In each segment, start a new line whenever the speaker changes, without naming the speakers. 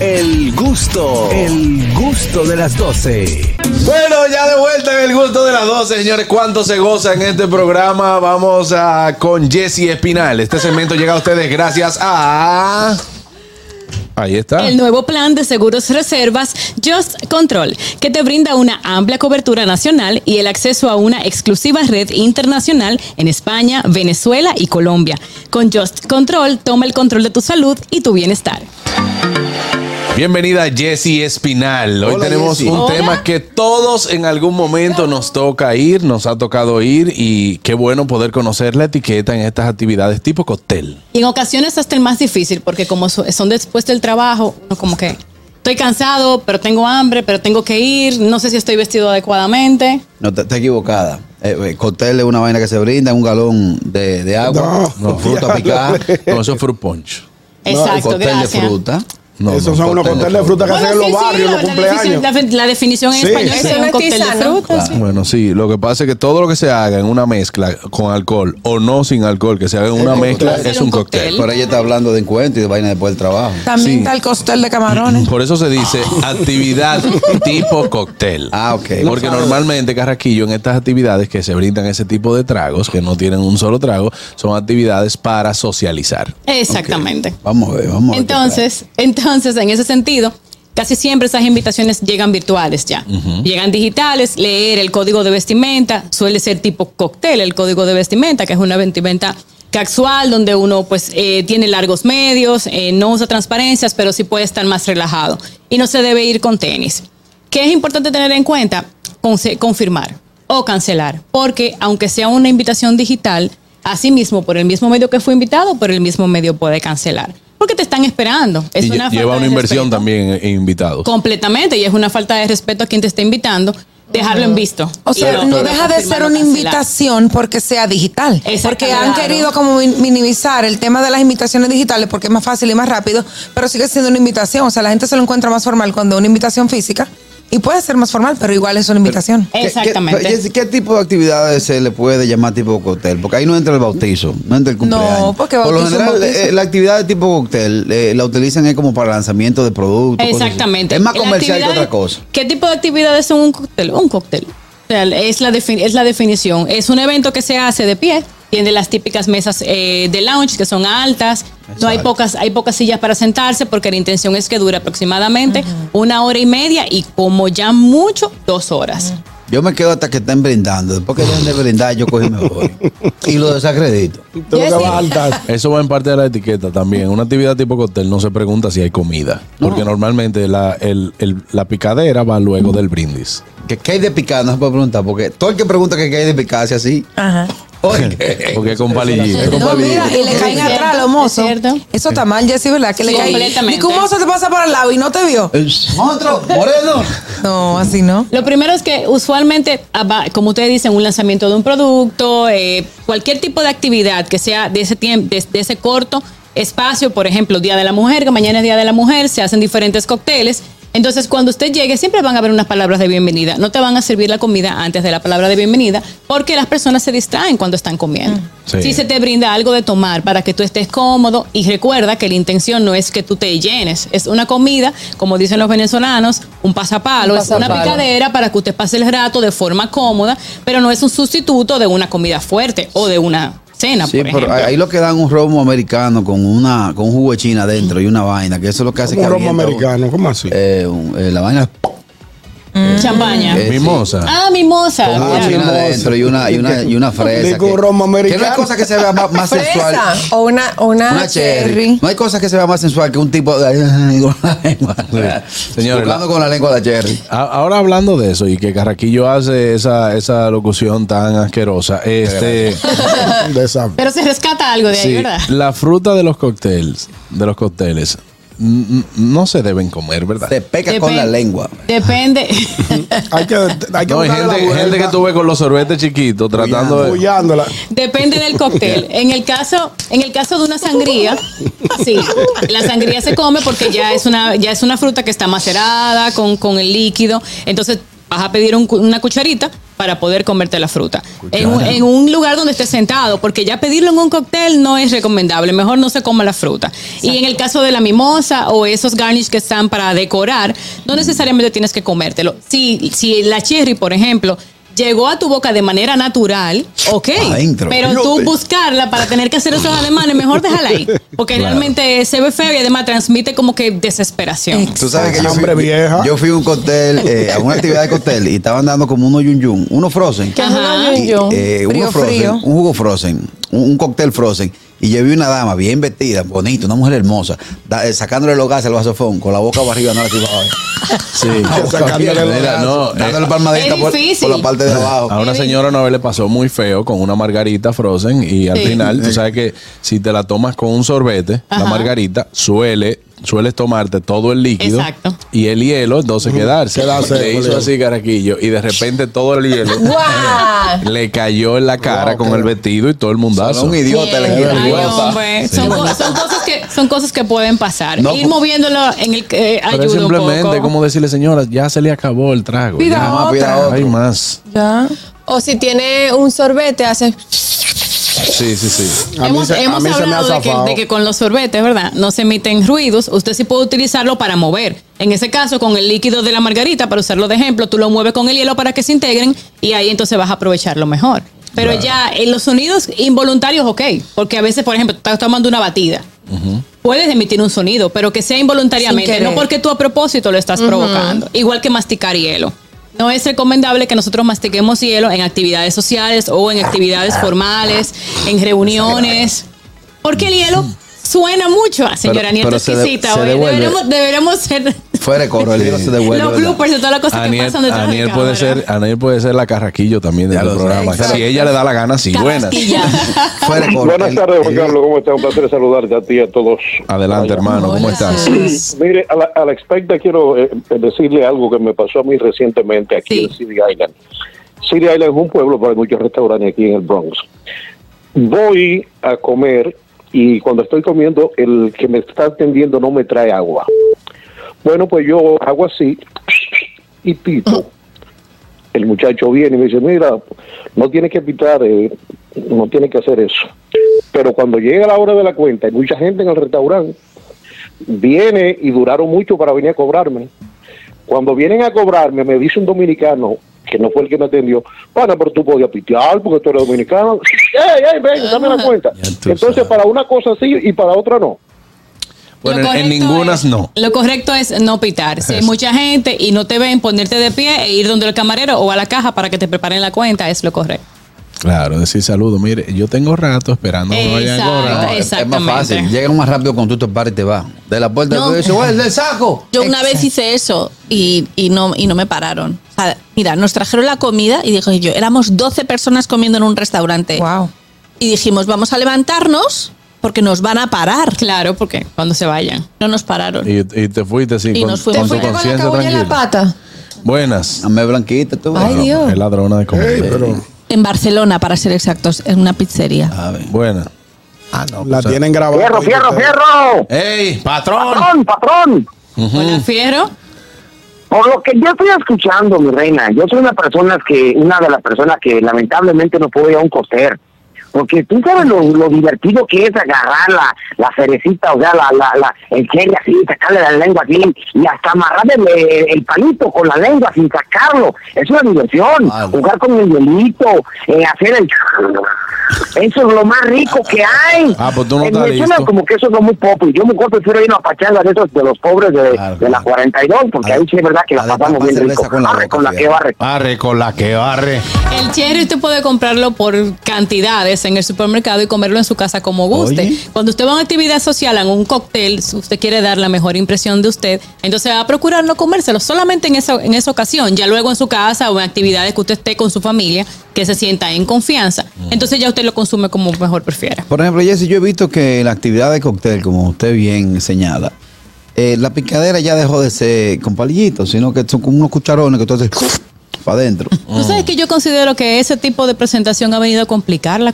El gusto, el gusto de las 12.
Bueno, ya de vuelta en el gusto de las 12, señores. ¿Cuánto se goza en este programa? Vamos a con Jesse Espinal. Este segmento llega a ustedes gracias a. Ahí está.
El nuevo plan de seguros reservas Just Control, que te brinda una amplia cobertura nacional y el acceso a una exclusiva red internacional en España, Venezuela y Colombia. Con Just Control, toma el control de tu salud y tu bienestar.
Bienvenida Jesse Espinal. Hoy
Hola,
tenemos
Jessie.
un
Hola.
tema que todos en algún momento nos toca ir, nos ha tocado ir y qué bueno poder conocer la etiqueta en estas actividades tipo cóctel.
Y en ocasiones hasta el más difícil, porque como so- son después del trabajo, uno como que estoy cansado, pero tengo hambre, pero tengo que ir, no sé si estoy vestido adecuadamente.
No, está, está equivocada. Eh, eh, cóctel es una vaina que se brinda, un galón de, de agua,
No,
con fruta picada.
No, eso es fruit punch.
un
Exacto,
cóctel
gracias.
de fruta.
No, no.
Esos son unos
cóctel de
cócteles de fruta que
Bueno,
hacen en los
sí, sí,
barrios, en
la-
los
la definición-
cumpleaños.
La, fe- la definición en
Sí,
español
sí.
es
Eso
un
no es
cóctel de
tisana.
frutas.
Ah, Bueno, sí, lo que pasa es que todo lo que se haga en una mezcla con alcohol o no sin alcohol, que se haga en una
un
mezcla
cóctel.
es un cóctel.
Pero ella está hablando de encuentro y de vaina después del trabajo.
También
Sí.
está el costel de camarones.
Por eso se dice actividad tipo cóctel.
Ah, ok.
Porque normalmente, Carraquillo, en estas actividades que se brindan ese tipo de tragos, que no tienen un solo trago, son actividades para socializar.
Exactamente.
Vamos a ver, vamos a ver.
Entonces, entonces, en ese sentido, casi siempre esas invitaciones llegan virtuales ya. Llegan digitales, leer el código de vestimenta, suele ser tipo cóctel el código de vestimenta, que es una vestimenta casual donde uno pues eh, tiene largos medios, eh, no usa transparencias, pero sí puede estar más relajado. Y no se debe ir con tenis. ¿Qué es importante tener en cuenta? Conce- confirmar o cancelar, porque aunque sea una invitación digital, asimismo por el mismo medio que fue invitado, por el mismo medio puede cancelar, porque te están esperando. Es
y lle-
una falta
lleva una
de
inversión
respeto.
también en- en invitados.
Completamente, y es una falta de respeto a quien te está invitando, dejarlo en visto.
O
Y
sea, no deja de
confirmar,
ser
no
una
cancelar.
invitación porque sea digital.
Exacto,
Porque han
claro.
querido como min- minimizar el tema de las invitaciones digitales porque es más fácil y más rápido, pero sigue siendo una invitación. O sea, la gente se lo encuentra más formal cuando una invitación física y puede ser más formal, pero igual es una invitación.
¿Qué- qué-
Exactamente.
Jessy, ¿Qué, tipo de actividades se le puede llamar tipo cóctel? Porque ahí no entra el bautizo, no entra el cumpleaños.
porque
Por lo
bautizo es
general,
bautizo.
eh, la actividad de tipo cóctel eh, la utilizan es como para lanzamiento de productos. cosas así.
Exactamente.
Es más
La
comercial que
actividad-
otra cosa.
¿Qué tipo de actividades son un cóctel? Un cóctel. O sea, es, la defin- es la definición. Es un evento que se hace de pie. Tiene las típicas mesas eh, de lounge que son altas. No hay
Exacto.
pocas, hay pocas sillas para sentarse porque la intención es que dure aproximadamente una hora y media y como ya mucho, dos horas.
Yo me quedo hasta que estén brindando. Después que dejen de brindar, yo cojo y me voy. Y lo desacredito.
Tú lo que vas a saltar.
Eso va en parte de la etiqueta también. Una actividad tipo cóctel no se pregunta si hay comida, porque normalmente la, el- el- la picadera va luego del brindis.
¿Qué, qué hay de picada? No se puede preguntar. Porque todo el que pregunta que qué hay de picada hace así.
Ajá.
¿Por qué?
Porque con palillito.
No, mira, y le
Es
caen
cierto,
atrás los
es
mozos.
cierto.
Eso está mal, Jessy, ¿verdad? Que le
Sí,
caen.
completamente.
Ni que un mozo te pasa por al lado y no te vio.
¡Monstruo! ¡Moreno!
No, así no.
Lo primero es que usualmente, aba- como ustedes dicen, un lanzamiento de un producto, eh, cualquier tipo de actividad que sea de ese tiempo, de, de ese corto espacio, por ejemplo, Día de la Mujer, que mañana es Día de la Mujer, se hacen diferentes cócteles. Entonces, cuando usted llegue, siempre van a haber unas palabras de bienvenida. No te van a servir la comida antes de la palabra de bienvenida, porque las personas se distraen cuando están comiendo.
Sí.
Si se te brinda algo de tomar para que tú estés cómodo y recuerda que la intención no es que tú te llenes, es una comida, como dicen los venezolanos, un pasapalo,
Un
es una
pasapalo.
picadera era para que usted pase el rato de forma cómoda, pero no es un sustituto de una comida fuerte o de una cena,
Sí,
por
pero
ejemplo.
ahí lo que dan un romo americano con una con un jugo de china adentro y una vaina, que eso es lo que hace
Un
que
romo
avienta un-
americano, ¿cómo así?
eh, un- eh, la vaina
Champaña.
Eh,
Mimosa.
ah, mimosa.
con
claro.
jugo de china adentro y una, y una, y una fresa.
Digo, un romo
Que no hay
americano.
cosa que se vea más, más sensual.
Fresa o una, o una,
Una cherry.
Ah, cherry.
No hay cosa que se vea más sensual que un tipo de, con la lengua.
Señores,
Tocando con la lengua la cherry.
A- Ahora hablando de eso y que Carraquillo hace esa, esa locución tan asquerosa, este,
De esa-
Pero se rescata algo de ahí,
sí,
¿verdad?
la fruta de los cócteles, de los cócteles, n- n- no se deben comer, ¿verdad?
Te peca con
Depen-
la lengua.
Depende.
Mm.
Hay que, hay que
No,
buscarle
hay
la
gente,
vuelta,
gente que tú ves con los sorbetes chiquitos tratando de...
bullándola.
Depende del cóctel. En el caso, en el caso de una sangría, sí, la sangría se come porque ya es una, ya es una fruta que está macerada con, con el líquido. Entonces, Vas a pedir un cu- una cucharita para poder comerte la fruta. En, un- en un lugar donde estés sentado, porque ya pedirlo en un cóctel no es recomendable. Mejor no se coma la fruta. Y en el caso de la mimosa o esos garnish que están para decorar, no necesariamente tienes que comértelo. Si, si la cherry, por ejemplo, llegó a tu boca de manera natural, ok.
Adentro.
Pero tú buscarla para tener que hacer esos ademanes, mejor déjala ahí. Porque realmente se ve feo y además transmite como que desesperación.
Tú sabes que yo fui,
Hambre vieja.
yo fui a un cóctel, eh, a una actividad de cóctel y estaban dando como unos yun yun, unos frozen.
Que es una
Ajá.
Y,
yo-yo.
eh,
Frío,
uno frozen,
frío.
un jugo frozen, un, un cóctel frozen. Y yo vi una dama bien vestida, bonita, una mujer hermosa, da- eh, sacándole los gases al vasofón, con la boca para arriba, no la tiraba. Sí,
Sacándole los
Mira, no,
gases.
dándole palmadita
Es
por,
difícil.
por la parte de abajo.
A una
Qué
señora una vez le pasó muy feo con una margarita frozen y al
Sí.
final, tú sabes que si te la tomas con un sorbete,
Ajá.
la margarita suele sueles tomarte todo el líquido
Exacto.
y el hielo, entonces quedarse.
Quedarse,
le hizo
Julio.
así caraquillo y de repente todo el hielo
¡Guau!
le cayó en la cara con el vestido y todo el mundazo.
Son un idiota,
Bien.
le
Eh,
quiero
Ay,
vergüenza.
hombre. Son, co- son cosas que, son cosas que pueden pasar.
No, pues.
Ir
por-
moviéndolo en el que eh,
Pero es
ayuda un
simplemente
poco.
como decirle, señora, ya se le acabó el trago.
Pida
ya.
Mamá, Ah, pida
otra.
otro.
Hay más.
Ya.
O si tiene un sorbete, hace.
Sí, sí, sí.
A mí
hemos
se- a
hemos
mí se me ha
hablado de que,
zafado.
de que con los sorbetes, ¿verdad? No se emiten ruidos. Usted sí puede utilizarlo para mover. En ese caso, con el líquido de la margarita, para usarlo de ejemplo, tú lo mueves con el hielo para que se integren y ahí entonces vas a aprovecharlo mejor. Pero ya en los sonidos involuntarios, ok. Porque a veces, por ejemplo, tú estás tomando una batida. Puedes emitir un sonido, pero que sea involuntariamente,
querer.
no porque tú a propósito lo estás provocando. Igual que masticar hielo. No es recomendable que nosotros mastiquemos hielo en actividades sociales o en actividades formales, en reuniones, porque el hielo suena mucho. Ah, Señora
Pero-
Nieto
pero se de-
exquisita,
se
oye,
devuelve.
deberíamos, deberíamos ser
Fuera de coro, el hielo se devuelve.
los
¿verdad?
bloopers de todas las cosas que
Aniel,
pasan detrás de
Aniel
la
puede
cámara.
ser, Aniel puede ser la carraquillo también de
Ya lo
este
sé,
programa.
exacto.
Si ella le da la gana, sí. Buenas.
Cabastilla.
Fuera de coro.
Buenas
el-
tardes, Juan
el-
Carlos. ¿Cómo estás? Un placer saludarte a ti y a todos.
Adelante,
Vaya.
hermano. ¿Cómo estás?
Mire, a la, a la experta quiero eh, decirle algo que me pasó a mí recientemente aquí
Sí.
en City Island. City Island es un pueblo, pero hay muchos restaurantes aquí en el Bronx. Voy a comer y cuando estoy comiendo, el que me está atendiendo no me trae agua. Bueno, pues yo hago así y pito. El muchacho viene y me dice, mira, no tienes que pitar, eh, no tienes que hacer eso. Pero cuando llega la hora de la cuenta, hay mucha gente en el restaurante, viene y duraron mucho para venir a cobrarme. Cuando vienen a cobrarme, me dice un dominicano, que no fue el que me atendió, bueno, pero tú podías pitear porque tú eres dominicano. ¡Ey, ey, ven, dame la cuenta!
tú
Entonces,
sabes.
para una cosa sí y para otra no.
Bueno,
Lo
en- en
correcto
ningunas
es-
no.
Lo correcto es no pitar. Si hay
Eso.
mucha gente y no te ven, ponerte de pie e ir donde el camarero o a la caja para que te preparen la cuenta es lo correcto.
Claro, decir saludo. Mire, yo tengo rato esperando que vayan a
Exacto.
cobrar.
No, ah, es- es más
Exactamente.
fácil. Llegan más rápido con tú te paras y te vas. De la puerta
No.
tú dices, "Güey, el del saco.
Yo una vez hice eso y, y no, y no me pararon. O sea, mira, nos trajeron la comida y dijo yo, éramos 12 personas comiendo en un restaurante.
Wow.
Y dijimos, vamos a levantarnos porque nos van a parar.
Claro, porque cuando se vayan.
No nos pararon.
Y, y te fuiste así
Y
con,
nos fuimos.
con
Te
tu
fuiste con la
conciencia tranquila.
pata.
Buenas.
Dame blanquita tú.
Ay, Dios.
Es ladrona de comida.
Ey, pero
En Barcelona, para ser exactos, en una pizzería.
A ver.
Buenas.
Ah, no.
la
pues,
tienen grabada.
¡Fierro, fierro, fierro!
¡Ey, patrón!
¡Patrón, patrón!
Hola, Fiero.
Por lo que yo estoy escuchando, mi reina, yo soy una persona que, una de las personas que lamentablemente no puedo ir a un coser. Porque tú sabes lo, lo divertido que es agarrar la, la cerecita, o sea, la, la, la, el cherry así, sacarle la lengua así y hasta amarrarle el, el palito con la lengua sin sacarlo. Es una diversión.
Ah, no.
Jugar con el hielito, eh, hacer el... Eso es lo más rico que hay.
Ah, pues tú no
En
estás
Venezuela
listo.
como que eso no es muy poco. Yo mejor prefiero ir a una pachanga de esos de los pobres de,
Claro,
de la
claro.
42, porque
A-
ahí sí es verdad que
a
la pasamos
destapar
bien
cerveza
rico.
con la
Arre
boca,
con la que
fíjate.
barre.
Barre con la que barre.
El cherry usted puede comprarlo por cantidades en el supermercado y comerlo en su casa como guste.
Oye.
Cuando usted va a una actividad social, a un cóctel, si usted quiere dar la mejor impresión de usted, entonces va a procurar no comérselo solamente en esa, en esa ocasión, ya luego en su casa o en actividades que usted esté con su familia, que se sienta en confianza.
Mm.
Entonces ya usted lo consume como mejor prefiera.
Por ejemplo, Jesse, yo he visto que la actividad de cóctel, como usted bien señala, eh, la picadera ya dejó de ser con palillitos, sino que son como unos cucharones que tú haces para adentro.
Mm.
Tú sabes que yo considero que ese tipo de presentación ha venido a complicarla.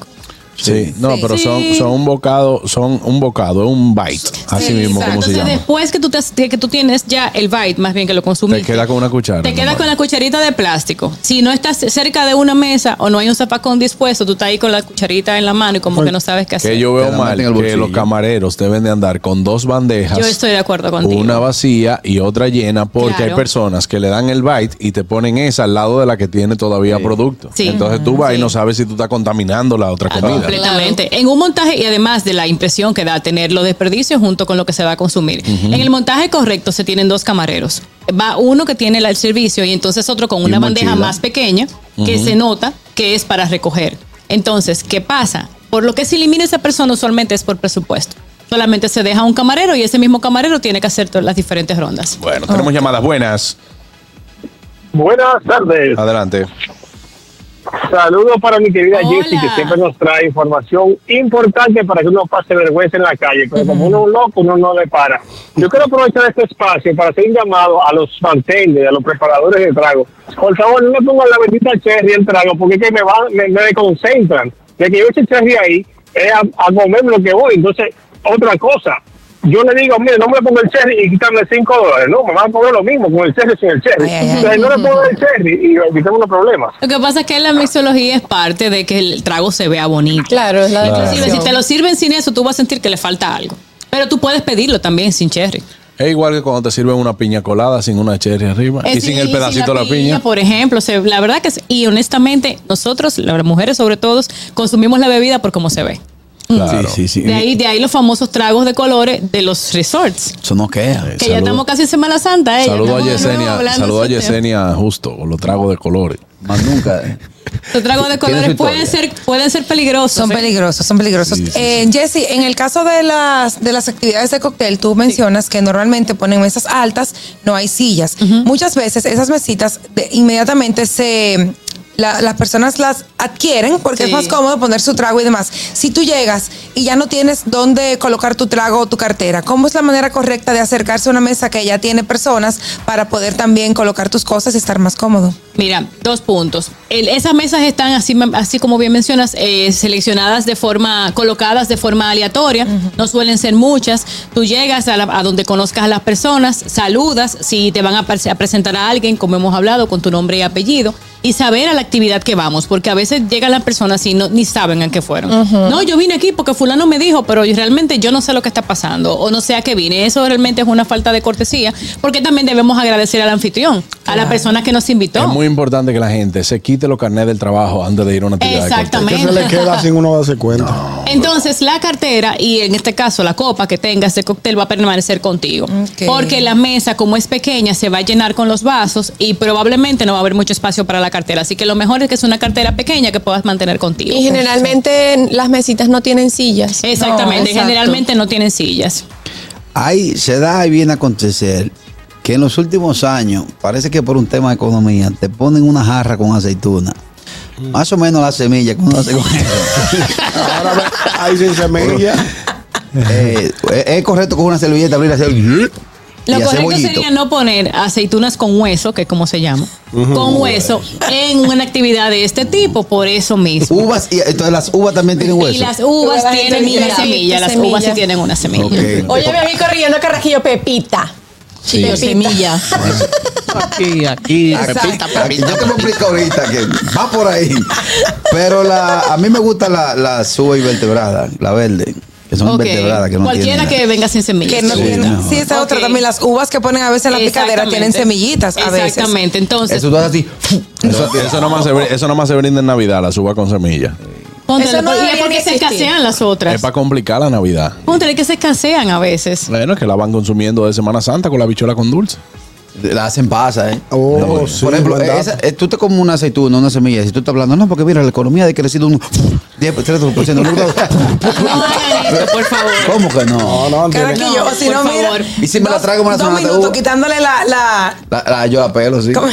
Sí, no,
Sí.
pero son,
Sí.
son un bocado, son un bocado, un bite, así
Sí,
mismo
exacto.
como se
Entonces,
llama.
después que tú, te- que tú tienes ya el bite, más bien que lo consumiste.
Te queda con una cuchara,
Te
mi
queda
amor.
con la cucharita de plástico. Si no estás cerca de una mesa o no hay un zapacón dispuesto, tú estás ahí con la cucharita en la mano y como que no sabes qué hacer.
Que yo
Te
veo
la
mal
meten en el
que
bolsillo.
los camareros deben de andar con dos bandejas.
Yo estoy de acuerdo contigo.
Una vacía y otra llena porque
Claro.
hay personas que le dan el bite y te ponen esa al lado de la que tiene todavía producto.
Sí.
Entonces tú vas y
Sí.
no sabes si tú estás contaminando la otra
Ah,
comida.
Completamente. En un montaje y además de la impresión que da tener los desperdicios junto con lo que se va a consumir. En el montaje correcto se tienen dos camareros. Va uno que tiene la- el servicio y entonces otro con una bandeja
mochila.
más pequeña que se nota que es para recoger. Entonces, ¿qué pasa? Por lo que se elimina esa persona usualmente es por presupuesto. Solamente se deja un camarero y ese mismo camarero tiene que hacer todas las diferentes rondas.
Bueno, tenemos llamadas buenas.
Buenas tardes.
Adelante.
Saludos para mi querida
Hola.
Jessie, que siempre nos trae información importante para que uno pase vergüenza en la calle. Pero como uno es un loco, uno no le para. Yo quiero aprovechar este espacio para hacer un llamado a los bartenders, a los preparadores de trago. Por favor, no me pongan la bendita cherry el trago, porque es que me, van, me, me desconcentran. De que yo eche cherry ahí, es a, a comerme lo que voy. Entonces, otra cosa. Yo le digo, mire, no me ponga el cherry y quítame 5 dólares. No, me van a cobrar lo mismo con el cherry y sin el cherry.
Ay, ay, ay.
Entonces, no le pongo el cherry y evitemos los problemas.
Lo que pasa es que la mixología es parte de que el trago se vea bonito.
Claro, es la
Inclusive,
declaración.
si te lo sirven sin eso, tú vas a sentir que le falta algo. Pero tú puedes pedirlo también sin cherry.
Es igual que cuando te sirven una piña colada sin una cherry arriba
Eh,
y sin el
sí,
pedacito
sin pues.
de la piña.
Por ejemplo, se- la verdad que sí. Y honestamente, nosotros, las mujeres sobre todo, consumimos la bebida por cómo se ve.
Claro.
Sí, sí, sí.
De ahí, de ahí los famosos tragos de colores de los resorts.
Eso no queda.
Que ya estamos casi en Semana Santa, ¿eh? Ya
Saludo
estamos
a
de nuevo
Yesenia,
hablando
saludo a
de ese tema.
Yesenia justo, con los tragos de colores.
Más nunca.
Los tragos de
Tiene
colores
su
pueden ser,
historia.
pueden ser peligrosos.
Son
¿eh?
peligrosos, son peligrosos. Eh, Jesse, en el caso de las de las actividades de cóctel, tú mencionas que normalmente ponen mesas altas, no hay sillas. Muchas veces esas mesitas de- inmediatamente se la- las personas las adquieren porque es
Sí.
más cómodo poner su trago y demás. Si tú llegas y ya no tienes dónde colocar tu trago o tu cartera, ¿cómo es la manera correcta de acercarse a una mesa que ya tiene personas para poder también colocar tus cosas y estar más cómodo?
Mira, dos puntos. El- esas mesas están, así, así como bien mencionas, eh, seleccionadas de forma, colocadas de forma aleatoria. No suelen ser muchas. Tú llegas a, la- a donde conozcas a las personas, saludas, si te van a, pre- a presentar a alguien, como hemos hablado, con tu nombre y apellido, y saber a la actividad que vamos, porque a veces llegan las personas y no, ni saben a qué fueron. No, yo vine aquí porque fulano me dijo, pero yo realmente yo no sé lo que está pasando, o no sé a qué vine. Eso realmente es una falta de cortesía, porque también debemos agradecer al anfitrión, a la persona que nos invitó.
Es muy importante que la gente se quite los carnets del trabajo antes de ir a una actividad
Exactamente.
¿Qué se le queda sin uno darse cuenta?
Entonces, la cartera y en este caso la copa que tengas de cóctel va a permanecer contigo.
Ok.
Porque la mesa, como es pequeña, se va a llenar con los vasos y probablemente no va a haber mucho espacio para la cartera. Así que lo mejor es que es una cartera pequeña que puedas mantener contigo.
Y generalmente las mesitas no tienen sillas.
Exactamente.
Exacto.
Generalmente no tienen sillas.
Ahí se da y viene a acontecer que en los últimos años, parece que por un tema de economía, te ponen una jarra con aceituna. Más o menos la semilla que uno hace con
Ahora ve- ahí sin semilla.
Eh, es- es correcto con una servilleta abrir hacer y
Lo
hacer
correcto
bollito.
sería no poner aceitunas con hueso, que es como se llama, con hueso, en una actividad de este tipo, por eso mismo.
Uvas y entonces las uvas también tienen
Y
hueso.
las uvas
Las
tienen
semillas.
una semilla, las
Semilla.
uvas sí tienen una semilla.
Ok.
Oye, me vi corriendo carrajillo Pepita.
Sí.
Pepita.
Semilla.
Aquí, aquí.
Exacto. Aquí, yo te lo explico ahorita que va por ahí. Pero la, a mí me gusta la, la uva invertebrada, la verde, que son
Ok.
invertebradas, que no
Cualquiera
tienen-
que venga sin semillas.
Que no
Sí,
tienen-
no.
Sí, esa otra
Ok.
también. Las uvas que ponen a veces en la picadera tienen
Exactamente.
semillitas a veces.
Exactamente. Entonces,
Eso tú haces así.
Eso, eso nomás se, br- eso nomás se brinda en Navidad, la suba con semilla.
póntale,
Eso no
pues, y es
debería
porque
ni
se
existir.
escasean las
Es
otras.
para complicar la Navidad.
Póntale que se escasean a veces.
Bueno, que la van consumiendo de Semana Santa con la bichola con dulce.
La hacen pasa, ¿eh?
Oh,
Por
sí,
ejemplo,
buen dato.
esa- eh, tú te comes una aceituna, una semilla, si tú estás hablando, no, porque mira, la economía ha crecido un 10, 13%. no,
No hagan eso, por favor.
¿Cómo que no?
No, no, tiene-
Carraquillo,
No,
o si
por
no, mira.
favor.
Y si me la
dos-
trago, me Uh. la
Dos
trago de
minutos
uva.
quitándole la. la
La, la- yo la pelo, sí.
¿cómo?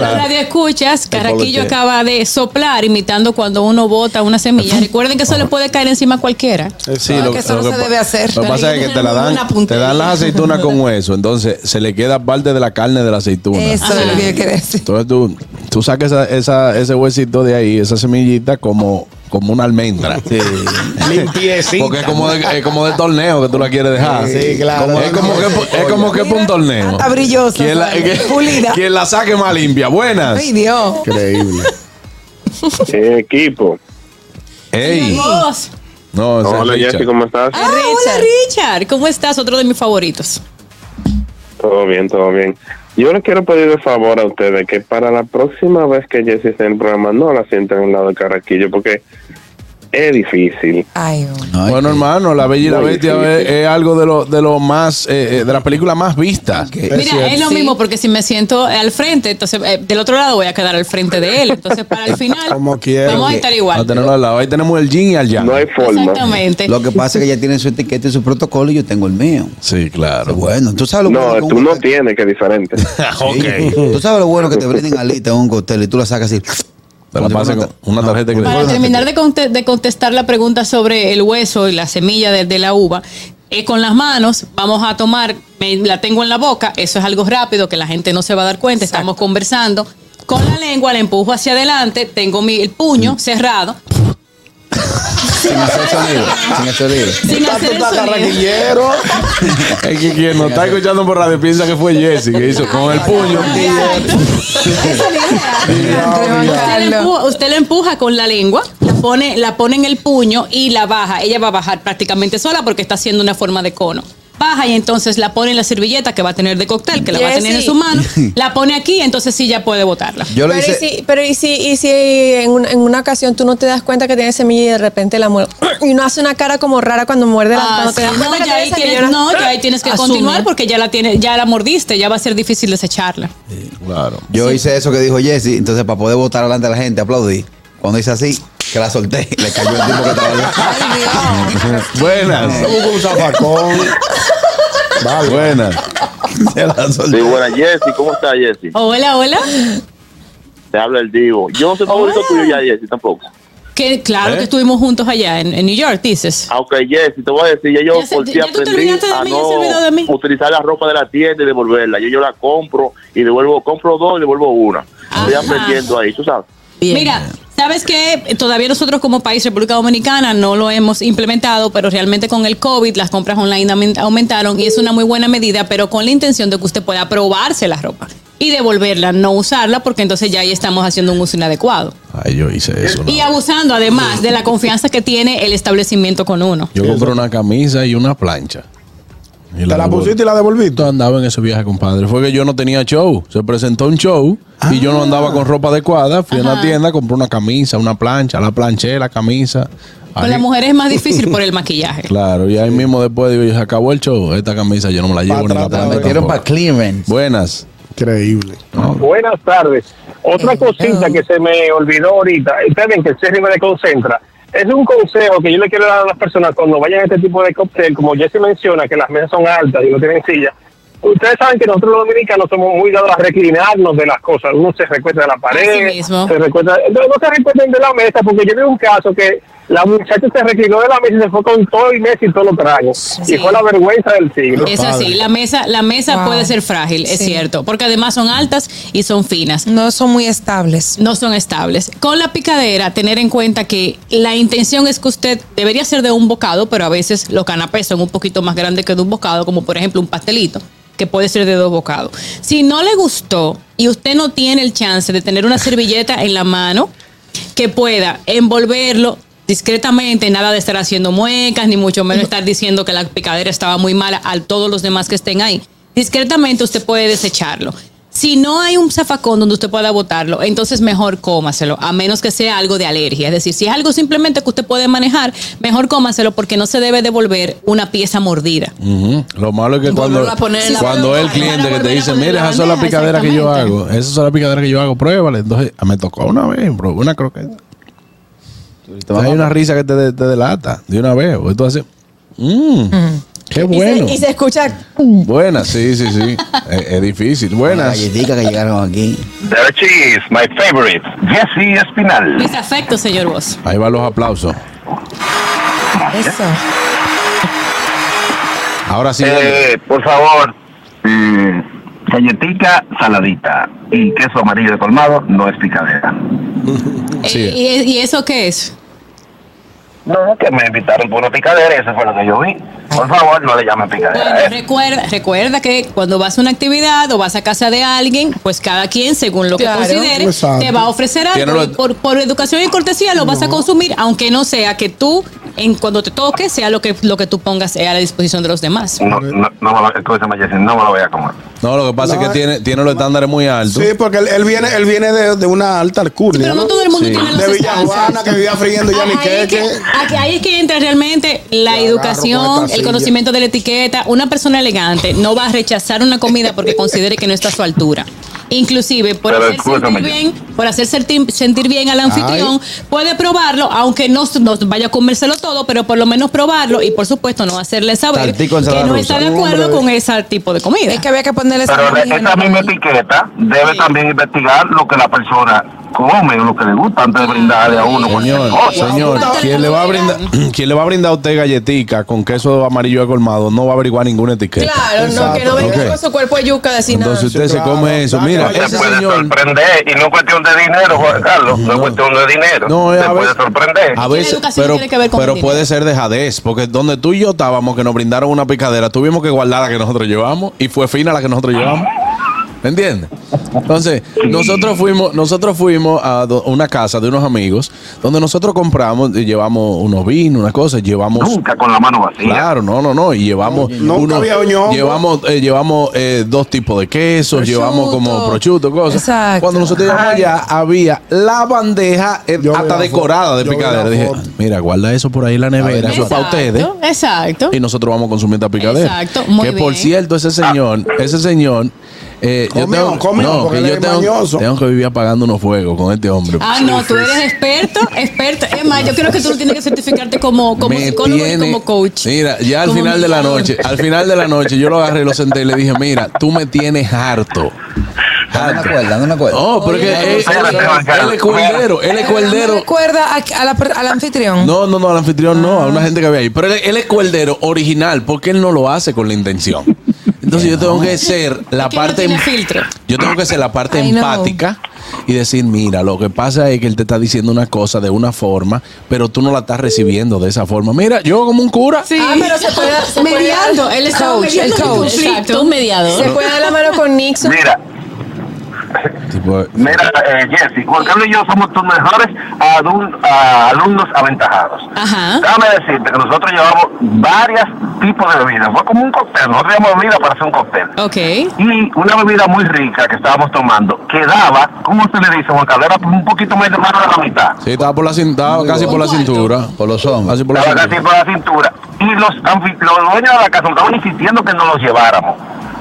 Radio escuchas, Carraquillo
Pablo Che.
acaba de soplar imitando cuando uno bota una semilla. Recuerden que eso le puede caer encima a cualquiera.
Exacto.
Ah,
que eso no se
pa-
debe hacer.
Lo que pasa es que te, la dan,
Una punta.
te dan las aceitunas con hueso, entonces se le queda parte de la carne de la aceituna.
Eso es lo que yo quería decir.
Entonces tú, tú sacas esa- esa- ese huesito de ahí, esa semillita, como como una almendra. Sí.
Limpiecita.
Porque es como de, es como de torneo que tú la quieres dejar.
Sí, claro.
Como- es, como que, es como que es para un torneo.
Está brillosa.
Quien la,
sale,
que-
Pulida.
quien la saque más limpia. Buenas.
Ay, Dios.
Increíble.
Eh, equipo.
Ey.
Dios.
No, ese es
Hola,
Richard.
Jessy, ¿cómo estás?
Ah, hola Richard, ¿cómo estás? Otro de mis favoritos.
Todo bien, todo bien. Yo le quiero pedir el favor a ustedes que para la próxima vez que Jessy esté en el programa, no la sienten a un lado de Carraquillo, porque es difícil.
Ay, hombre.
Ay,
Bueno, hermano, La Bella y la
Muy
Bestia
difícil.
es, es algo de lo, de lo más, eh, eh, de la película más vista.
Mira, es lo mismo porque si me siento al frente, entonces eh, del otro lado voy a quedar al frente de él. Entonces para el final
Como quiera.
vamos a estar
Va a
igual.
tenerlo al lado. Ahí tenemos el yin y al yang.
No hay forma.
Exactamente.
Lo que pasa es que ella tiene su etiqueta y su protocolo y yo tengo el mío.
Sí, claro.
Bueno, tú sabes lo
No,
bueno. que
tú
un
no
cóctel-
tienes, que es diferente.
Sí. Tú sabes lo bueno que te brinden alita en un cóctel y tú la sacas así.
Te la pasas con
Ah,
una tarjeta de
Para
crédito.
terminar de, conte- de contestar la pregunta sobre el hueso y la semilla de, de la uva, eh, con las manos vamos a tomar, me- la tengo en la boca, eso es algo rápido que la gente no se va a dar cuenta, estamos conversando. Con la lengua la empujo hacia adelante, tengo mi el puño cerrado,
Sin hacer sonido. Sin hacer sonido.
sin hacer el sonido.
Quiero.
Es que quien nos está escuchando por radio piensa que fue Jesse que hizo con el puño.
Entre Juan
Usted la,
Carlos.
empuja, usted la empuja con la lengua, la pone, la pone en el puño y la baja. Ella va a bajar prácticamente sola porque está haciendo una forma de cono. Baja y entonces la pone en la servilleta que va a tener de cóctel, que la va a tener en
Jessy.
su mano. La pone aquí, entonces sí ya puede botarla.
Yo le
Pero, y
hice.
si, pero y si, y si en, una, en una ocasión tú no te das cuenta que tiene semilla y de repente la muerde. Y no hace una cara como rara cuando muerde la
Ah,
cuando te das
sí,
cuenta
no,
que
ya ahí
tiene semilla.
tienes, no, ya ahí tienes que
Asume.
continuar porque ya la tiene, ya la mordiste, ya va a ser difícil desecharla.
Claro.
Yo hice eso que dijo Jesse, entonces para poder votar delante de la gente, aplaudí. Cuando hice así, que la solté, le cayó el tipo que estaba ahí.
Buenas.
Estamos con un zafacón. Vale.
Buenas.
Se la solté.
Sí, buena Jessy, ¿cómo está Jessy?
Hola, hola.
Te habla el Divo. Yo no soy favorito tuyo ya, Jessy, tampoco.
Que claro
¿Eh?
que estuvimos juntos allá en, en New York, dices.
Aunque Eh, Jessy, te voy a decir, ya Ah, yo
Ya se-
por ti
ya tú te
aprendí
olvidaste de
a
mí, ya se olvidó de mí.
no utilizar la ropa de la tienda y devolverla. Yo, yo la compro y devuelvo, compro dos y devuelvo una. Estoy
Ajá.
aprendiendo ahí, tú sabes.
Mira, ¿sabes qué? Todavía nosotros como país, República Dominicana, no lo hemos implementado, pero realmente con el COVID las compras online aumen- aumentaron y es una muy buena medida, pero con la intención de que usted pueda probarse la ropa y devolverla, no usarla, porque entonces ya ahí estamos haciendo un uso inadecuado.
Ay, yo hice eso. ¿no?
Y abusando además de la confianza que tiene el establecimiento con uno.
Yo compré una camisa y una plancha. Y
¿Te la
devolví.
pusiste y la devolviste?
Yo andaba en ese viaje, compadre. Fue que yo no tenía show. Se presentó un show y
Ah.
yo no andaba con ropa adecuada. Fui a una tienda, compré una camisa, una plancha, la planché, la camisa.
Con las
Ahí-
mujeres es más difícil por el maquillaje.
Claro, y ahí mismo después digo, se acabó el show. Esta camisa yo no me la
Pa'
llevo ni la
atrás te la
plancha
Metieron para
tampoco.
clearance.
Buenas.
Increíble.
Buenas tardes. Otra cosita que se me olvidó ahorita, ustedes ven que el Sergio me concentra. Es un consejo que yo le quiero dar a las personas cuando vayan a este tipo de cóctel, como Jesse menciona, que las mesas son altas y no tienen silla. Ustedes saben que nosotros los dominicanos somos muy dados a reclinarnos de las cosas. Uno se recuerda de la pared,
Así mismo.
se recuerda. Entonces no se recuerden de la mesa, porque yo vi un caso que la muchacha se reclinó de la mesa y se fue con todo y mesa y todos los tragos.
Sí.
Y fue la vergüenza del siglo.
Es así, la mesa, la mesa
Wow.
puede ser frágil, es
Sí.
cierto, porque además son altas y son finas.
No son muy estables.
no son estables. Con la picadera, tener en cuenta que la intención es que usted debería ser de un bocado, pero a veces los canapés son un poquito más grandes que de un bocado, como por ejemplo un pastelito, que puede ser de dos bocados. Si no le gustó y usted no tiene el chance de tener una servilleta en la mano que pueda envolverlo discretamente, nada de estar haciendo muecas, ni mucho menos estar diciendo que la picadera estaba muy mala a todos los demás que estén ahí. Discretamente usted puede desecharlo. Si no hay un zafacón donde usted pueda botarlo, entonces mejor cómaselo, a menos que sea algo de alergia. Es decir, si es algo simplemente que usted puede manejar, mejor cómaselo porque no se debe devolver una pieza mordida.
Ujú. Lo malo es que cuando,
Volverlo a poner en la
cuando
bandeja.
el cliente que
Para
te
volver a
dice,
poner en
mire,
la
esas son las
bandeja,
picaderas que yo
exactamente.
hago, esas son las picaderas que yo hago, pruébale. Entonces ah, me tocó una vez, bro, una croqueta. Hay una risa que te, de- te delata de una vez. porque tú haces, "Mm,
Y, se-
qué bueno.
y se escucha.
Buenas, sí, sí, sí. es, es difícil.
Las
Buenas.
galletitas que llegaron aquí.
There she is, my favorite, Jessy Espinal.
Mis afectos, señor Vos.
Ahí van los aplausos.
Eso.
Ahora sí.
Eh, por favor, eh,
mm,
galletica saladita y queso amarillo de colmado no es picadera.
Sí.
Eh, ¿Y, y eso qué es?
No, que me invitaron por una picadera y eso fue lo que yo vi. Por favor, no le llamen picadera. ¿eh?
Bueno, recuerda, recuerda que cuando vas a una actividad o vas a casa de alguien, pues cada quien, según lo que
Claro.
considere,
Exacto.
te va a ofrecer
Tiene
algo.
lo-
Y Por, por educación y cortesía lo vas a consumir, aunque no sea que tú, en cuando te toque, sea lo que, lo que tú pongas eh, a la disposición de los demás.
No, no, no me lo, escúchame, Jessy, no me lo voy a comer.
No, lo que pasa es que tiene, tiene los estándares muy altos.
Sí, porque él, él viene, él viene de, de una alta alcurnia.
Pero no todo el mundo tiene los
De Villajuana,
estándares.
que vivía friendo ya mi
Ahí es que-
queque.
aquí- Ahí es que entra realmente la educación, el
silla.
conocimiento de la etiqueta. Una persona elegante no va a rechazar una comida porque considere que no está a su altura. Inclusive, por
Pero
hacer sentir
escúchame.
bien, por hacer sentir, sentir bien al anfitrión, puede probarlo, aunque no, s- no vaya a comérselo todo, pero por lo menos probarlo y por supuesto no hacerle saber que
Tartico, ensalada
no
rusa.
está de acuerdo con ese tipo de comida. Es que
había que ponerle
Pero de- esa misma etiqueta debe también investigar lo que la persona come o lo que le gusta antes de brindarle a uno. cualquier
Señor,
cosa.
señor, quien le va a brindar, quien le va a brindar a usted galletica con queso amarillo colmado no va a averiguar ninguna etiqueta.
Claro, no, que no venga
Ok.
con su cuerpo de yuca a decir nada.
Entonces usted se come eso. Mira,
Te
ese
puede
señor
sorprender y no es cuestión de dinero, Juan Carlos. No, es cuestión de dinero.
No, es
te
a
puede
veces-
sorprender.
a veces, pero, pero puede ser dejadez, porque donde tú y yo estábamos que nos brindaron una picadera, tuvimos que guardar la que nosotros llevamos y fue fina la que nosotros llevamos. ¿Me entiendes? Entonces, nosotros fuimos, nosotros fuimos a do- una casa de unos amigos donde nosotros compramos y llevamos unos vinos, unas cosas, llevamos
Nunca con la mano vacía.
Claro, no, no, no. Y llevamos
Nunca
unos-
había oñongo.
llevamos, eh, llevamos eh, dos tipos de quesos, llevamos como prosciutto, cosas. Cuando nosotros llegamos allá, había la bandeja eh, hasta
la
decorada de
foto, yo vi la
picadera. Dije, mira, guarda eso por ahí en la nevera, eso es para ustedes.
Exacto, exacto.
Y nosotros vamos a consumir esta picadera.
Exacto, muy
que por
bien.
cierto, ese señor, ese señor, eh, yo
Comió,
tengo,
comió,
no,
Ah. porque
que
él
yo
es
tengo,
mañoso.
tengo que vivir apagando unos fuegos con este hombre.
Ah, no, tú eres experto, experto. Es más, yo creo que tú no tienes que certificarte como, como
Me
psicólogo y
tiene-
como coach.
Mira, ya al
Como
final de la
mediador.
noche, al final de la noche, yo lo agarré y lo senté y le dije, mira, tú me tienes harto. No me acuerdo,
Ah, no me acuerdo.
Oh, pero que
Oye,
él, él- él es cuerdero, él es
¿No
cuerdero.
recuerda a- a la per- al anfitrión?
No, no, no, al anfitrión no,
Ah.
a una gente que había ahí. Pero él, él es cuerdero original, porque él no lo hace con la intención. Entonces yo tengo que ser la parte em- Yo tengo que ser la parte
I know.
empática y decir, mira, lo que pasa es que él te está diciendo una cosa de una forma, pero tú no la estás recibiendo de esa forma. Mira, yo como un cura.
Ah, pero se puede, se puede-
Mediando, él estaba mediando
el
un
coach.
conflicto.
Exacto, un mediador. Se puede dar la mano con Nixon.
Mira. Mira, eh, Jessy, Juan Carlos y yo somos tus mejores adul- ah, alumnos aventajados. Déjame decirte que nosotros llevamos varios tipos de bebidas. Fue como un cóctel. Nosotros llevamos bebida para hacer un cóctel. Y una bebida muy rica que estábamos tomando que daba, ¿cómo se le dice, Juan Carlos? Era un poquito más de más de la mitad.
Sí, estaba, por la cin- estaba casi por la cintura. Por los hombros. Casi por la
Estaba
cintura.
casi por la cintura. Y los, anfi- los dueños de la casa nos estaban insistiendo que nos los lleváramos.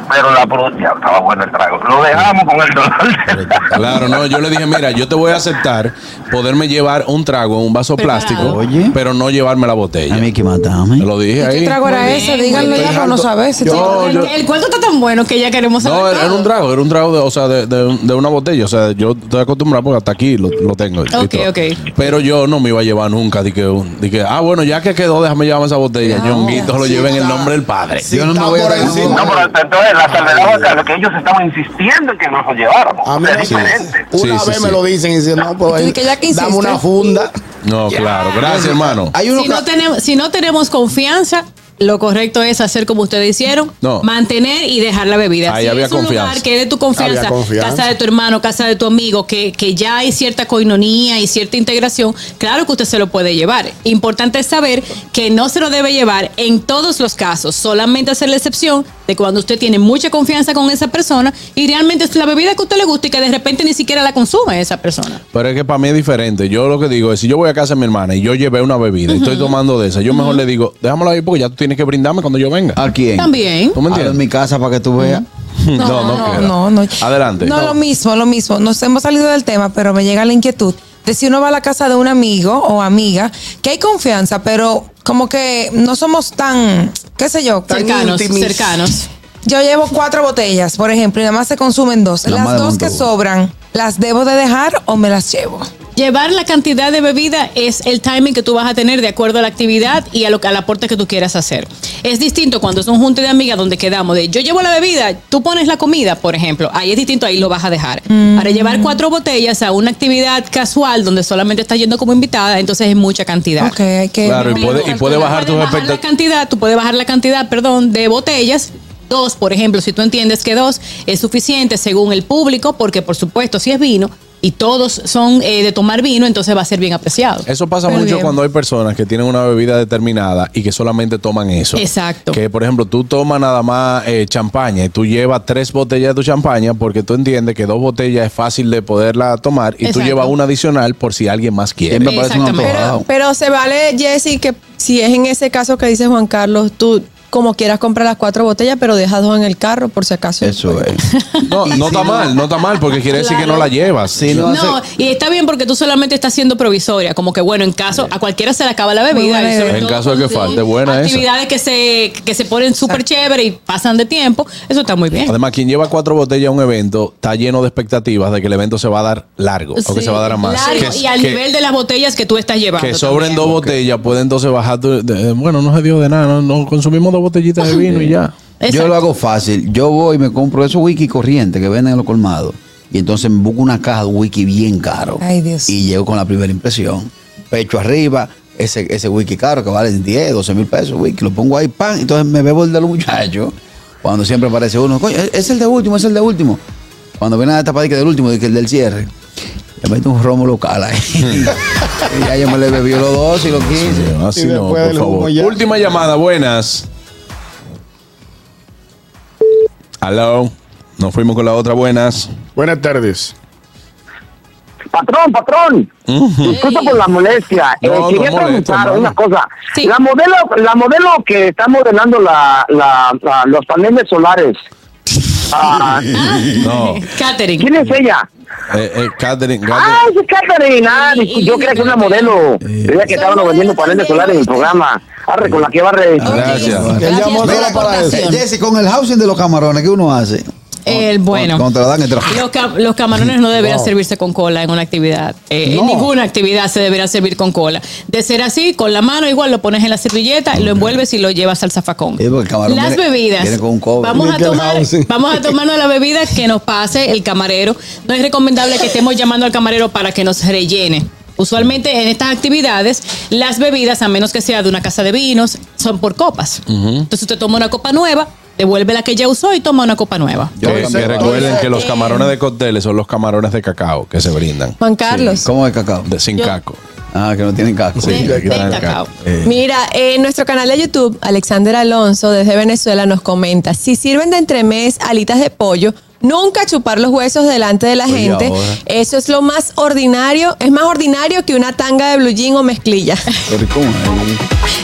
Pero la pro- ya estaba bueno el trago. Lo dejamos con el dolor de
Claro, no, yo le dije, mira, yo te voy a aceptar poderme llevar un trago en un vaso plástico, pero no llevarme la botella. A mí
que matame.
Lo dije ahí.
¿Qué trago era ese? Díganlo ya para no saber. si
Yo-
tú-
yo-
El cuento está tan bueno que ya queremos saber.
No, era, era un trago, era un trago, de, o sea, de, de- de una botella. O sea, yo estoy acostumbrado porque hasta aquí lo, lo tengo. y
Ok,
todo.
ok.
Pero yo no me iba a llevar nunca. Di que, un- di que, ah, bueno, ya que quedó, déjame llevarme esa botella. Ñonguito se lo lleve en el nombre del padre. yo no me voy a
No, pero entonces la salvedad Juan Carlos, que ellos estaban insistiendo en que nos lo lleváramos.
A mí
Es
no-
diferente.
Una vez me lo dicen y dicen, no, pues
que ya que
dame
insiste.
una funda.
No, Oh, claro. Gracias, hermano.
si, no tenemos, si no tenemos confianza, lo correcto es hacer como ustedes hicieron,
No.
mantener y dejar la bebida.
Ahí
si
había
es un lugar
confianza.
que es de tu confianza,
Había confianza.
casa de tu hermano, casa de tu amigo, que, que ya hay cierta coinonía y cierta integración, claro que usted se lo puede llevar. Importante es saber que no se lo debe llevar en todos los casos, solamente hacer la excepción de cuando usted tiene mucha confianza con esa persona y realmente es la bebida que a usted le gusta y que de repente ni siquiera la consume esa persona.
Pero es que para mí es diferente. Yo lo que digo es, si yo voy a casa de mi hermana y yo llevé una bebida y estoy tomando de esa, yo mejor le digo, déjamelo ahí porque ya tú tienes que brindarme cuando yo venga. ¿A
quién?
También.
¿Tú me entiendes? Mm.
en mi casa para que tú veas.
No, no,
no,
queda.
no,
Adelante.
No, lo mismo, lo mismo. Nos hemos salido del tema, pero me llega la inquietud de si uno va a la casa de un amigo o amiga, que hay confianza, pero como que no somos tan, qué sé yo,
Tan Cercanos, íntimos. cercanos.
Yo llevo cuatro botellas, por ejemplo, y nada más se consumen dos.
Nada más
las
de
dos que
Montagu.
sobran, ¿las debo de dejar o me las llevo?
Llevar la cantidad de bebida es el timing que tú vas a tener de acuerdo a la actividad y a lo, al aporte que tú quieras hacer. Es distinto cuando es un junte de amigas donde quedamos de yo llevo la bebida, tú pones la comida, por ejemplo. Ahí es distinto, ahí lo vas a dejar. Para llevar cuatro botellas a una actividad casual donde solamente estás yendo como invitada, entonces es mucha cantidad.
Ok, hay que.
Claro, y puede, y puede bajar tus
la
expectativas.
cantidad, tú puedes bajar la cantidad, perdón, de botellas. Dos, por ejemplo, si tú entiendes que dos es suficiente según el público, porque por supuesto, si es vino y todos son eh, de tomar vino, entonces va a ser bien apreciado.
Eso pasa
Pero
mucho
bien.
cuando hay personas que tienen una bebida determinada y que solamente toman eso.
Exacto.
Que, por ejemplo, tú tomas nada más eh, champaña y tú llevas tres botellas de tu champaña porque tú entiendes que dos botellas es fácil de poderla tomar y
Exacto.
tú llevas una adicional por si alguien más quiere.
Siempre parece un Exactamente. Pero se vale, Jessy, que si es en ese caso que dice Juan Carlos, tú como quieras comprar las cuatro botellas, pero deja dos en el carro por si acaso.
Eso es.
No, no está mal, no está mal porque quiere decir que no la llevas.
No, y está bien porque tú solamente estás siendo provisoria, como que bueno, en caso a cualquiera se le acaba la bebida. y sobre
en
todo
caso de que falte, buena esa.
actividades que se, que se ponen súper chévere y pasan de tiempo, eso está muy bien.
Además, quien lleva cuatro botellas a un evento está lleno de expectativas de que el evento se va a dar largo o que
Sí,
se va a dar a más.
largo
que,
y al
que-
nivel de las botellas que tú estás llevando.
que
también.
sobren dos botellas, puede entonces bajar. tu- de- bueno, no se dio de nada, no, no consumimos dos botellitas de vino y ya.
Yo lo hago fácil. Yo voy y me compro esos wiki corrientes que venden en los colmados. Y entonces me busco una caja de wiki bien caro. Y llego con la primera impresión. Pecho arriba, ese, ese wiki caro que vale 10, 12 mil pesos, wiki. Lo pongo ahí, pan. Entonces me bebo el de los muchachos. Cuando siempre aparece uno, coño, e-, es- es el de último, es el de último. Cuando viene a esta parte que del último, de que el del cierre. Le meto un romo local ahí. y ya yo me le bebí los 12 y los 15.
Así Ah, no, por favor. Última llamada, buenas. Hello. Nos fuimos con la otra, buenas. Buenas tardes.
Patrón, patrón. Disculpa por la molestia. Eh,
No, no
quería
molesta,
preguntar
hermano.
una cosa. La modelo, la modelo que está modelando la, la- la- los paneles solares. Ah,
No.
Catherine.
¿Quién es ella?
Eh, eh, Catherine, Catherine.
Ah, es Catherine. Ah, discu- yo creía que era una modelo. Creía que estaban vendiendo paneles solares en el programa. Arre, con la que barre.
Gracias.
Mira, eh, Jesse, con el housing de los camarones que uno hace.
El bueno.
Cuando te lo dan el trabajo.
Los, ca- los camarones no deberían
Wow.
servirse con cola en una actividad. Eh, En
No.
ninguna actividad se deberá servir con cola. De ser así, con la mano igual lo pones en la servilleta, lo envuelves y lo llevas al zafacón.
camarón
Las
viene-
bebidas.
viene con un cobre.
Vamos a
Liquid
tomar,
housing.
vamos a tomarnos la bebida que nos pase el camarero. No es recomendable que estemos llamando al camarero para que nos rellene. Usualmente en estas actividades, las bebidas, a menos que sea de una casa de vinos, son por copas. Entonces usted toma una copa nueva, devuelve la que ya usó y toma una copa nueva.
Que- que recuerden que los camarones de cócteles son los camarones de cacao que se brindan.
Pues
Juan Carlos.
¿Cómo de cacao? sin caco.
Ah, que no tienen caco.
Sí,
De-
aquí traen
de
caco.
cacao.
Eh,
Mira, en nuestro canal de YouTube, Alexander Alonso desde Venezuela nos comenta, si sirven de entremés alitas de pollo, nunca chupar los huesos delante de la
Oye,
gente.
ahora.
Eso es lo más ordinario, es más ordinario que una tanga de blue jean o mezclilla.
Pero, ¿cómo?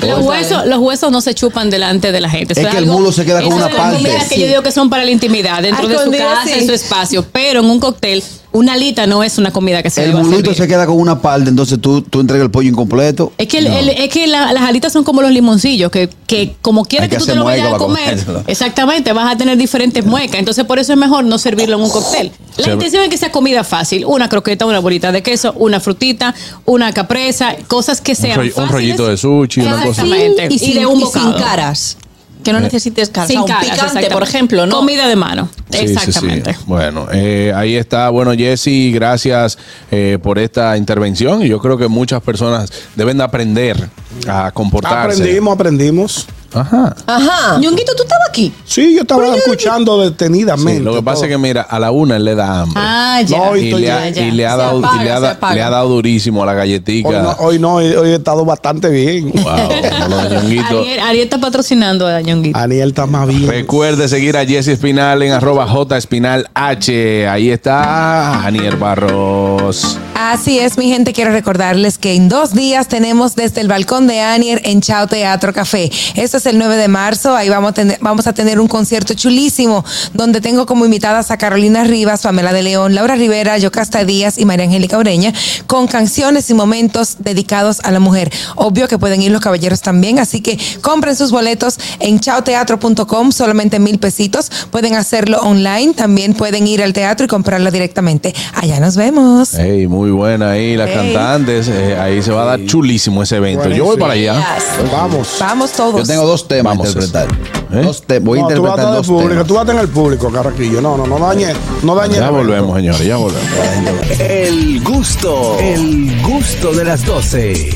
Los huesos, los huesos no se chupan delante de la gente. Eso
Es que el
algo-
mulo se queda con
eso
una
es las
parte.
comidas que yo digo que son para la intimidad, dentro
A
de su
escondidas,
casa,
sí.
en su espacio. Pero en un cóctel, una alita no es una comida que se
El
deba
mulito
servir.
se queda con una parte, entonces tú, tú entregas el pollo incompleto.
Es que, el- el- es que la- las alitas son como los limoncillos, que, que como quiera
Hay
que,
que
tú te
hacer
lo vayas
mueca
a
para
comer,
comérselo.
exactamente, vas a tener diferentes muecas. Entonces, por eso es mejor no servirlo en un cóctel. La
Se-
intención es que sea comida fácil: una croqueta, una bolita de queso, una frutita, una capresa, cosas que
un,
sean
rollo- un
fáciles.
rollito de sushi, una cosa.
Exactamente.
Y, sin-
de un
y sin
bocado.
caras. Que no
Eh.
necesites caras.
Sin
O sea, un
caras,
picante,
exactamente.
por ejemplo, ¿no?
Comida de mano.
Sí, sí, sí.
Exactamente.
Bueno, eh, ahí está. Bueno, Jesse, gracias eh, por esta intervención. Y yo creo que muchas personas deben de aprender a comportarse.
Aprendimos, aprendimos.
Ajá.
Ah.
Ajá.
Ñonguito, tú estabas aquí.
Sí, yo estaba escuchando detenidamente.
Sí, lo que pasa
todo.
es que, mira, a la una él le da hambre.
Ah, ya. No, y
y,
estoy-
le
ya,
ha,
ya.
y le ha
Se
dado,
apaga,
y le ha
se
da-
apaga.
le ha dado durísimo a la galletica.
Hoy no, hoy no, hoy- hoy he estado bastante bien.
Como lo de Ñonguito.
Ariel, Ariel está patrocinando a Ñonguito.
Ariel está más bien.
Recuerde seguir a Jesse Espinal en arroba J Espinal H. Ahí está Aniel Barros.
Así es, mi gente. Quiero recordarles que en dos días tenemos desde el balcón de Anier en Chao Teatro Café. Esto es el 9 de marzo. Ahí vamos a tener, vamos a tener un concierto chulísimo donde tengo como invitadas a Carolina Rivas, Pamela de León, Laura Rivera, Yocasta Díaz y María Angélica Ureña con canciones y momentos dedicados a la mujer. Obvio que pueden ir los caballeros también, así que compren sus boletos en chaoteatro.com, solamente mil pesitos. Pueden hacerlo online, también pueden ir al teatro y comprarlo directamente. Allá nos vemos.
Hey, muy muy buena ahí, las
Hey.
cantantes. eh, ahí se va a dar chulísimo ese evento. Yo voy para allá.
Vamos.
Vamos
Yo
todos.
tengo dos temas
Vamos, ¿Eh?
a interpretar. Dos te- voy a
No, tú vas a estar
interpretar
en el
dos
público,
temas.
tú vas a estar en el público, Carraquillo. No, no, no dañe, no dañe.
Ya volvemos, señores, ya volvemos.
El gusto, el gusto de las 12.